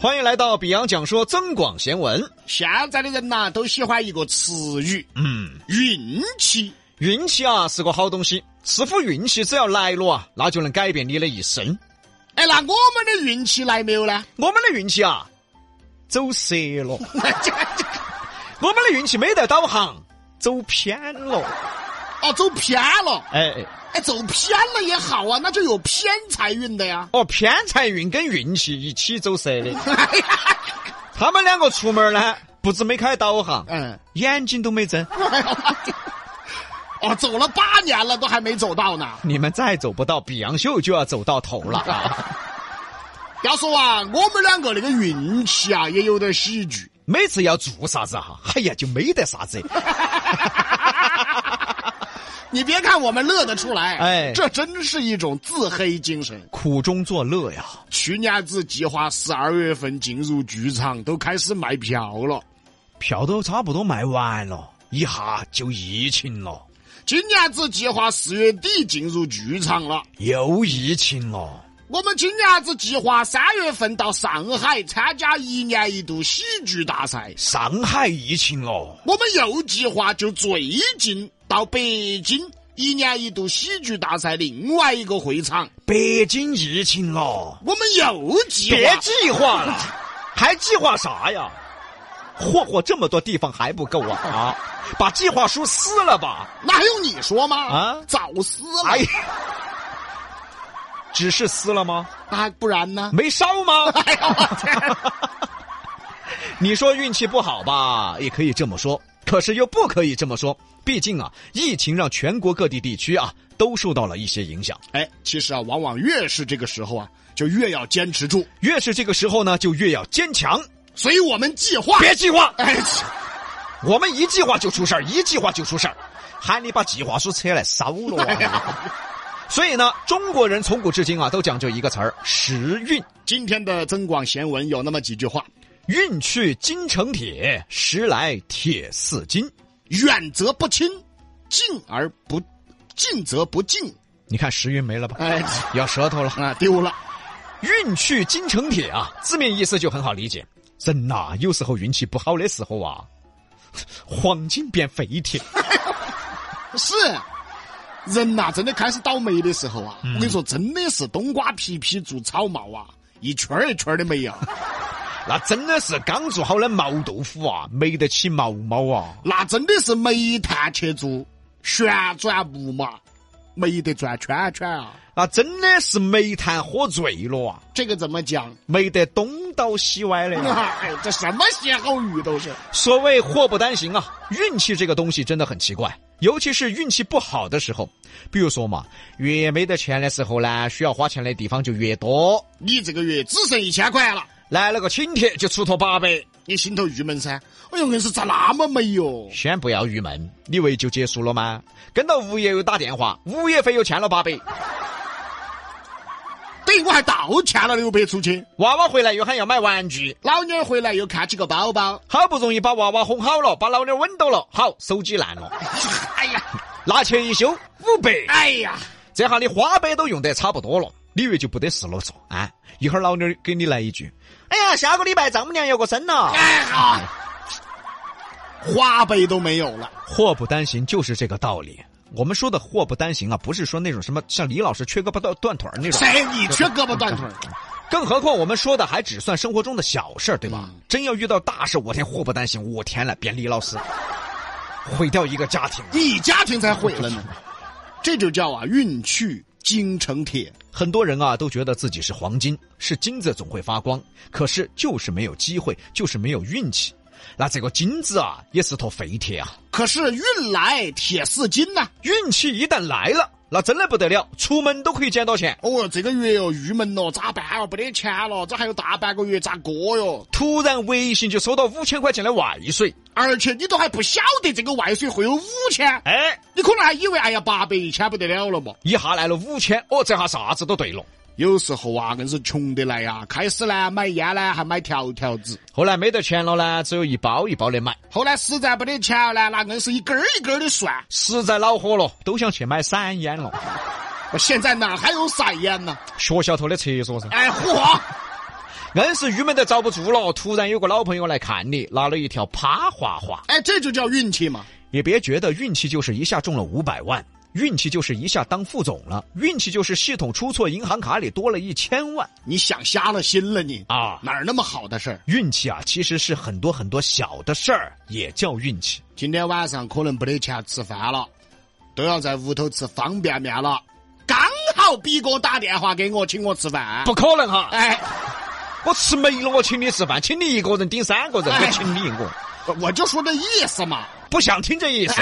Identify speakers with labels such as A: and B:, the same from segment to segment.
A: 欢迎来到比洋讲说增广贤文。
B: 现在的人呐、都喜欢一个词语
A: 嗯，
B: “运气
A: 运气啊是个好东西，师傅运气只要来了啊，那就能改变你的一生。”。
B: 哎，那我们的运气来没有呢？
A: 我们的运气啊，走折了；
B: 这这
A: 我们的运气没得导航，走偏了。
B: 哦，走偏了。
A: 哎，哎
B: 哎，走偏了也好啊，那就有偏财运的呀。
A: 哦，偏财运跟运气一起走折的。他们两个出门呢，不止没开导航，
B: 嗯，
A: 眼睛都没睁。
B: 哦，走了八年了，都还没走到呢。
A: 你们再走不到比洋秀，就要走到头了啊！
B: 要说啊，我们两个那个运气啊，也有点喜剧。
A: 每次要做啥子哈，哎呀，就没得啥子。
B: 你别看我们乐得出来，
A: 哎
B: 这真是一种自黑精神。
A: 苦中作乐呀！
B: 去年子计划十二月份进入剧场，都开始卖票了。
A: 票都差不多卖完了，一下就疫情了，
B: 今年子计划四月底进入剧场了。
A: 又疫情了。
B: 我们今年子计划三月份到上海参加一年一度喜剧大赛。
A: 上海疫情了，
B: 我们又计划就最近到北京一年一度喜剧大赛另外一个会场。
A: 北京疫情了，
B: 我们又计
A: 别
B: 划
A: 计划了，还计划啥呀？霍霍这么多地方还不够 啊啊！把计划书撕了吧！
B: 那还用你说吗？
A: 啊
B: 早撕了！
A: 哎呀，只是撕了吗？
B: 啊，不然呢？
A: 没烧吗？
B: 哎呀，我天！
A: 你说运气不好吧，也可以这么说，可是又不可以这么说。毕竟啊，疫情让全国各地地区啊都受到了一些影响。
B: 哎，其实啊，往往越是这个时候啊，就越要坚持住。
A: 越是这个时候呢，就越要坚强，
B: 所以我们计划，
A: 别计划。
B: 哎，
A: 我们一计划就出事儿，一计划就出事儿，喊你把计划书扯来烧了
B: 哎
A: 啊！ 所以呢，中国人从古至今啊，都讲究一个词儿——时运。
B: 今天的增广贤文有那么几句话：
A: 运去金城铁，时来铁似金。
B: 远则不亲，近而不近则不近。
A: 你看时运没了吧？
B: 哎，
A: 咬舌头了。
B: 啊，丢了。
A: 运去金城铁啊，字面意思就很好理解。人呐、有时候运气不好的时候啊，黄金变废铁。
B: 是，人呐、真的开始倒霉的时候啊，我跟你说，真的是冬瓜皮皮做草帽啊，一圈儿一圈儿的霉啊，
A: 那真的是刚做好的毛豆腐啊，没得起毛毛啊。
B: 那真的是煤炭去做，旋转木马，没得转圈圈啊。
A: 那真的是煤炭喝醉了啊，
B: 这个怎么讲？
A: 没得东倒西歪的、啊。
B: 哎，这什么歇后语都是。
A: 所谓祸不单行啊，运气这个东西真的很奇怪，尤其是运气不好的时候。比如说嘛，越没得钱的时候呢，需要花钱的地方就越多。
B: 你这个月只剩一千块了，
A: 来了个请帖就出脱八百。
B: 你心头郁闷噻？哎呦，硬是咋那么没哟？
A: 先不要郁闷，你为就结束了吗？跟到物业又打电话，物业费又欠了八百，
B: 等于我还倒欠了六百出去。
A: 娃娃回来又喊要买玩具，
B: 老妞儿回来又看起个包包，
A: 好不容易把娃娃哄好了，把老妞稳到了，好，手机烂了，
B: 哎呀，
A: 拿去一修五百，
B: 哎呀，
A: 这下你花呗都用得差不多了，你月就不得事了做啊！一会儿老妞儿给你来一句，哎呀，下个礼拜丈母娘要过生了。
B: 哎呀，花呗都没有了。
A: 祸不单行就是这个道理。我们说的祸不单行啊，不是说那种什么像李老师缺胳膊断断腿儿那种。
B: 谁？哎你缺胳膊断腿儿？
A: 更何况我们说的还只算生活中的小事儿，对吧？
B: 嗯
A: 真要遇到大事，我天，祸不单行，我天了，扁李老师，毁掉一个家 庭。啊
B: 你家庭才毁了呢。这就叫啊，运去京城铁。
A: 很多人啊都觉得自己是黄金，是金子总会发光，可是就是没有机会，就是没有运气。那这个金子啊，也是坨废铁啊！
B: 可是运来铁似金呐、
A: 运气一旦来了，那真的不得了，出门都可以捡到钱。
B: 哦，这个月哟、郁闷了，咋办啊？没得钱了，这还有大半个月咋过哟、
A: 突然微信就收到五千块钱的外税，
B: 而且你都还不晓得这个外税会有五千，
A: 哎，
B: 你可能还以为哎呀八百一千不得了了嘛。
A: 一下来了五千，哦，这下啥子都对了。
B: 有时候啊，硬是穷得来呀、开始呢买烟呢还买条条子，
A: 后来没得钱了呢，只有一包一包的买。
B: 后来实在没得钱了呢，那硬是一根儿一根儿的算。
A: 实在恼火了，都想去买散烟了。
B: 现在哪还有散烟呢？
A: 学校头的厕所噻，
B: 哎嚯，
A: 硬是郁闷的遭不住了，突然有个老朋友来看你，拿了一条趴花花。
B: 哎，这就叫运气嘛。
A: 也别觉得运气就是一下中了五百万，运气就是一下当副总了，运气就是系统出错，银行卡里多了一千万
B: 你想瞎了心了你，
A: 啊！
B: 哪儿那么好的事儿？
A: 运气啊，其实是很多很多小的事儿也叫运气。
B: 今天晚上可能没得钱吃饭了，都要在屋头吃方便面了。刚好逼哥打电话给我，请我吃饭。
A: 不，可能哈！
B: 哎，
A: 我吃没了，我请你吃饭，请你一个人顶三个人，
B: 哎
A: 我请你一个，
B: 我就说这意思嘛。
A: 不想听这意思。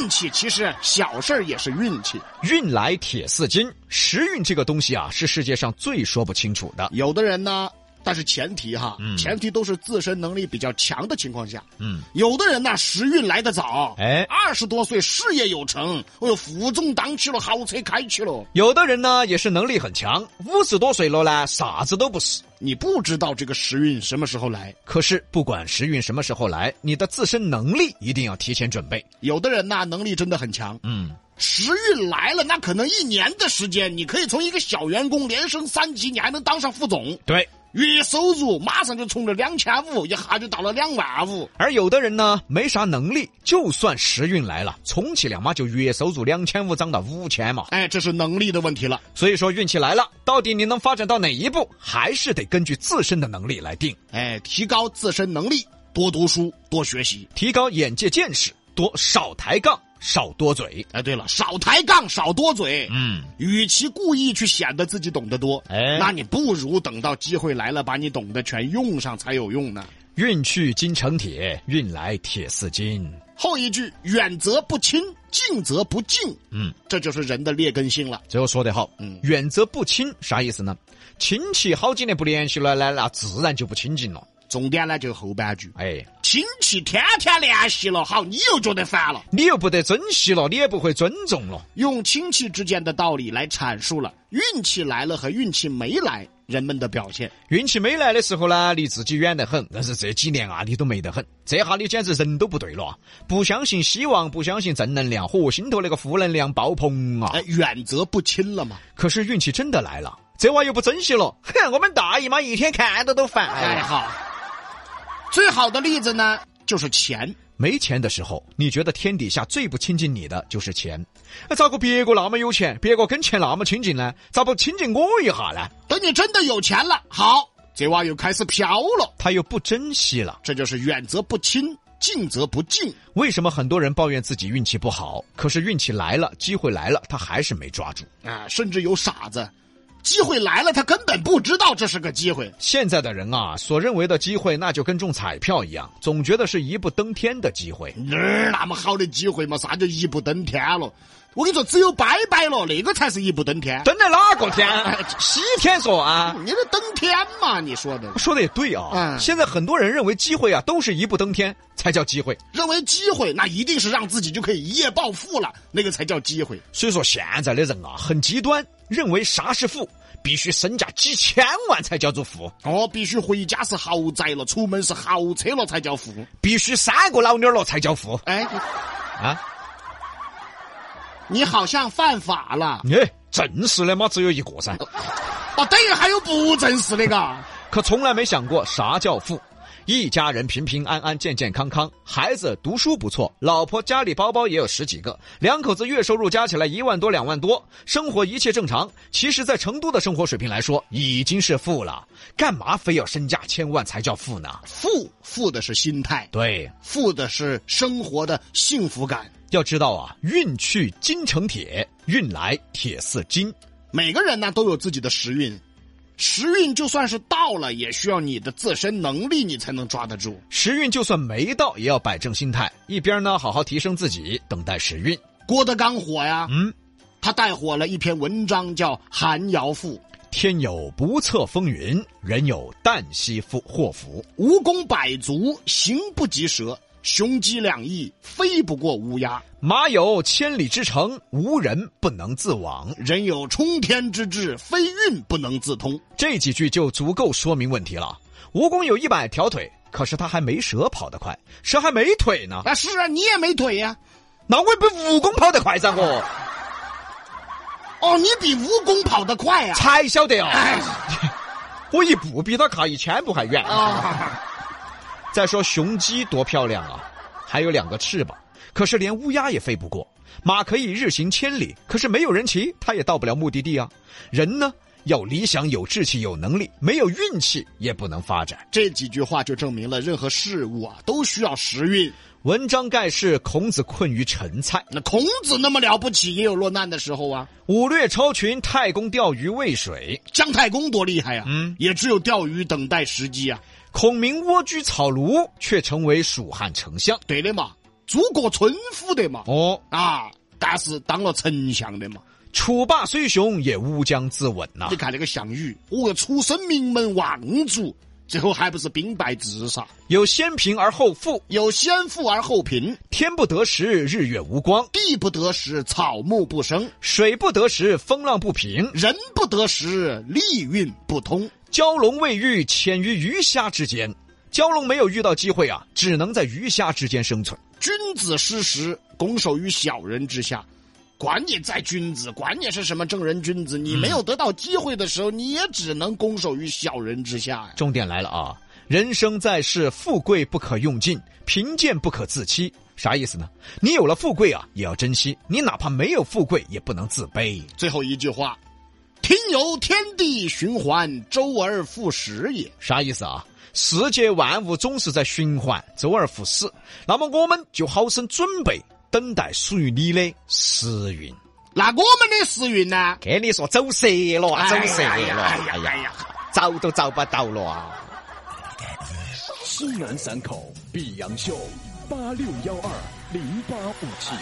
B: 运气其实小事儿也是运气，
A: 运来铁似金，时运这个东西啊，是世界上最说不清楚的。
B: 有的人呢，但是前提哈，
A: 嗯
B: 前提都是自身能力比较强的情况下。
A: 嗯，
B: 有的人呐，时运来得早，
A: 哎
B: 二十多岁事业有成，哦哟，副总当起了，豪车开起了。
A: 有的人呢也是能力很强，五十多岁了呢，啥子都不是。
B: 你不知道这个时运什么时候来。
A: 可是不管时运什么时候来，你的自身能力一定要提前准备。
B: 有的人呐，能力真的很强，
A: 嗯，
B: 时运来了，那可能一年的时间，你可以从一个小员工连升三级，你还能当上副总，
A: 对。
B: 月收入马上就冲着两千五，一下就到了两万五。
A: 而有的人呢没啥能力，就算时运来了，充其量嘛就月收入两千五涨到五千嘛。
B: 哎，这是能力的问题了。
A: 所以说运气来了，到底你能发展到哪一步，还是得根据自身的能力来定。
B: 哎，提高自身能力，多读书，多学习。
A: 提高眼界见识，多少抬杠，少多嘴。
B: 哎，对了，少抬杠，少多嘴。
A: 嗯，
B: 与其故意去显得自己懂得多，
A: 哎
B: 那你不如等到机会来了，把你懂的全用上才有用呢。
A: 运去金成铁，运来铁似金。
B: 后一句远则不亲，近则不敬，
A: 嗯，
B: 这就是人的劣根性了。
A: 最后说得好，
B: 嗯
A: 远则不亲，啥意思呢？亲戚好几年不联系了，那那自然就不亲近了。
B: 重点呢就是后半句，
A: 哎，
B: 亲戚天天联系了，好，你又觉得烦了。
A: 你又不得珍惜了，你也不会尊重了。
B: 用亲戚之间的道理来阐述了运气来了和运气没来人们的表现。
A: 运气没来的时候呢，离自己远得很，但是这几年啊，你都没得很。这下你简直人都不对了啊，不相信希望，不相信正能量，嚯，心头那个负能量爆棚啊！
B: 哎，远则不亲了嘛。
A: 可是运气真的来了，这娃又不珍惜了。哼，我们大姨妈一天看到都烦。
B: 哎，好。最好的例子呢，就是钱。
A: 没钱的时候，你觉得天底下最不亲近你的就是钱。那咋个别个那么有钱，别个跟钱那么亲近呢？咋不亲近我一下呢？
B: 等你真的有钱了，好，这娃又开始飘了。
A: 他又不珍惜了。
B: 这就是远则不亲，近则不敬。
A: 为什么很多人抱怨自己运气不好，可是运气来了，机会来了，他还是没抓住？
B: 啊，甚至有傻子，机会来了，他根本不知道这是个机会。
A: 现在的人啊，所认为的机会，那就跟中彩票一样，总觉得是一步登天的机会。
B: 哪儿那么好的机会嘛？啥叫一步登天了？我跟你说，只有拜拜了，那个才是一步登天。
A: 登了哪个天？西天说啊。
B: 你这登天嘛？你说的，
A: 说的也对啊，
B: 嗯
A: 现在很多人认为机会啊都是一步登天才叫机会，
B: 认为机会那一定是让自己就可以一夜暴富了，那个才叫机会。
A: 所以说现在的人啊很极端，认为啥是富，必须身价几千万才叫做富，
B: 哦，必须回家是豪宅了，出门是豪车了才叫富。
A: 必须三个老妞儿了才叫富
B: 哎，
A: 啊！
B: 你好像犯法了。
A: 哎，正式的嘛只有一个噻，
B: 哦，等于还有不正式的嘎。
A: 可从来没想过啥叫富。一家人平平安安、健健康康，孩子读书不错，老婆家里包包也有十几个，两口子月收入加起来一万多、两万多，生活一切正常。其实，在成都的生活水平来说，已经是富了，干嘛非要身价千万才叫富呢？
B: 富富的是心态，
A: 对，
B: 富的是生活的幸福感。
A: 要知道啊，运去金成铁，运来铁似金。
B: 每个人呢都有自己的时运，时运就算是到了，也需要你的自身能力，你才能抓得住。
A: 时运就算没到，也要摆正心态，一边呢好好提升自己，等待时运。
B: 郭德纲火呀，
A: 嗯，
B: 他带火了一篇文章叫《寒窑赋》，
A: 天有不测风云，人有旦夕祸祸福。
B: 蜈蚣百足，行不及蛇；雄鸡两翼，飞不过乌鸦。
A: 马有千里之程，无人不能自往。
B: 人有冲天之志，非运不能自通。
A: 这几句就足够说明问题了。蜈蚣有一百条腿，可是它还没蛇跑得快，蛇还没腿呢。
B: 啊，是啊，你也没腿呀、
A: 那我也比蜈蚣跑得快噻，我
B: 哦，你比蜈蚣跑得快呀、
A: 才晓得哦。
B: 哎，
A: 我一步比他靠一千步还远。
B: 啊，
A: 再说雄鸡多漂亮啊，还有两个翅膀，可是连乌鸦也飞不过。马可以日行千里，可是没有人骑，它也到不了目的地啊。人呢，要理想、有志气、有能力，没有运气也不能发展。
B: 这几句话就证明了任何事物啊都需要时运。
A: 文章盖世，孔子困于陈蔡，
B: 那孔子那么了不起，也有落难的时候啊。
A: 武略超群，太公钓鱼渭水，
B: 姜太公多厉害啊，
A: 嗯
B: 也只有钓鱼等待时机啊。
A: 孔明蜗居草庐，却成为蜀汉丞相。
B: 对的嘛，诸葛村夫的嘛，
A: 哦，
B: 啊，但是当了丞相的嘛。
A: 楚霸虽雄，也乌江自刎呐、
B: 你看这个项羽，哦哟，出身名门望族，最后还不是兵败自杀？
A: 有先贫而后富，
B: 有先富而后贫，
A: 天不得时，日月无光。
B: 地不得时，草木不生，
A: 水不得时，风浪不平；
B: 人不得时，利运不通。
A: 蛟龙未遇，潜于鱼虾之间。蛟龙没有遇到机会啊，只能在鱼虾之间生存。
B: 君子失时，拱手于小人之下。管你在君子，管你是什么正人君子，你没有得到机会的时候，你也只能拱手于小人之下呀。
A: 重点来了啊！人生在世，富贵不可用尽，贫贱不可自欺。啥意思呢？你有了富贵啊，也要珍惜；你哪怕没有富贵，也不能自卑。
B: 最后一句话，听由天地循环，周而复始也。
A: 啥意思啊？世界万物总是在循环，周而复始。那么我们就好生准备，等待属于你的时运。
B: 那我们的时运呢？
A: 跟你说，走色了啊，走色
B: 哎呀
A: 了，
B: 哎呀哎呀！
A: 找都找不到了啊！
C: 西南散口碧阳秀八六幺二零八五七。